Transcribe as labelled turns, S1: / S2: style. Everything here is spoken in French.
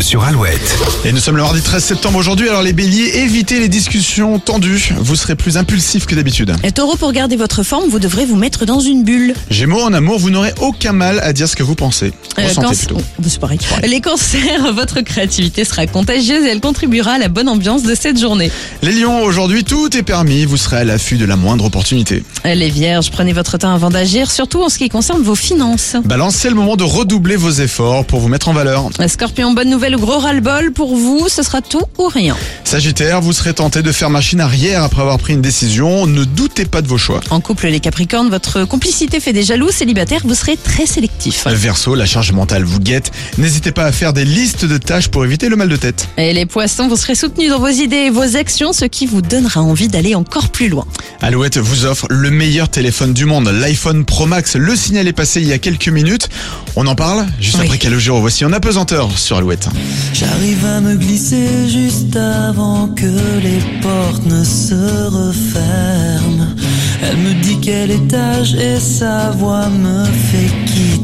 S1: sur Alouette.
S2: Et nous sommes le mardi 13 septembre aujourd'hui, alors les béliers, évitez les discussions tendues, vous serez plus impulsif que d'habitude.
S3: Et taureau, pour garder votre forme, vous devrez vous mettre dans une bulle.
S2: Gémeaux, en amour, vous n'aurez aucun mal à dire ce que vous pensez.
S3: Euh,
S2: Ressentez
S3: canc-
S2: plutôt.
S3: Oh, c'est pareil. Les cancers, votre créativité sera contagieuse et elle contribuera à la bonne ambiance de cette journée.
S2: Les lions, aujourd'hui tout est permis, vous serez à l'affût de la moindre opportunité.
S3: Euh, Les vierges, prenez votre temps avant d'agir, surtout en ce qui concerne vos finances.
S2: Balance, c'est le moment de redoubler vos efforts pour vous mettre en valeur.
S3: Euh, Scorpion, bonne nouvelle, gros ras-le-bol pour vous, ce sera tout ou rien.
S2: Sagittaire, vous serez tenté de faire machine arrière après avoir pris une décision, ne doutez pas de vos choix.
S3: En couple, les capricornes, votre complicité fait des jaloux, célibataire, vous serez très sélectif.
S2: Verso, la charge mentale vous guette, n'hésitez pas à faire des listes de tâches pour éviter le mal de tête.
S3: Et les poissons, vous serez soutenus dans vos idées et vos actions, ce qui vous donnera envie d'aller encore plus loin.
S2: Alouette vous offre le meilleur téléphone du monde, l'iPhone Pro Max. Le signal est passé il y a quelques minutes. On en parle juste
S3: Oui.
S2: après Calogero. Voici en apesanteur sur Alouette.
S4: J'arrive à me glisser juste avant que les portes ne se referment. Elle me dit quel étage et sa voix me fait quitter.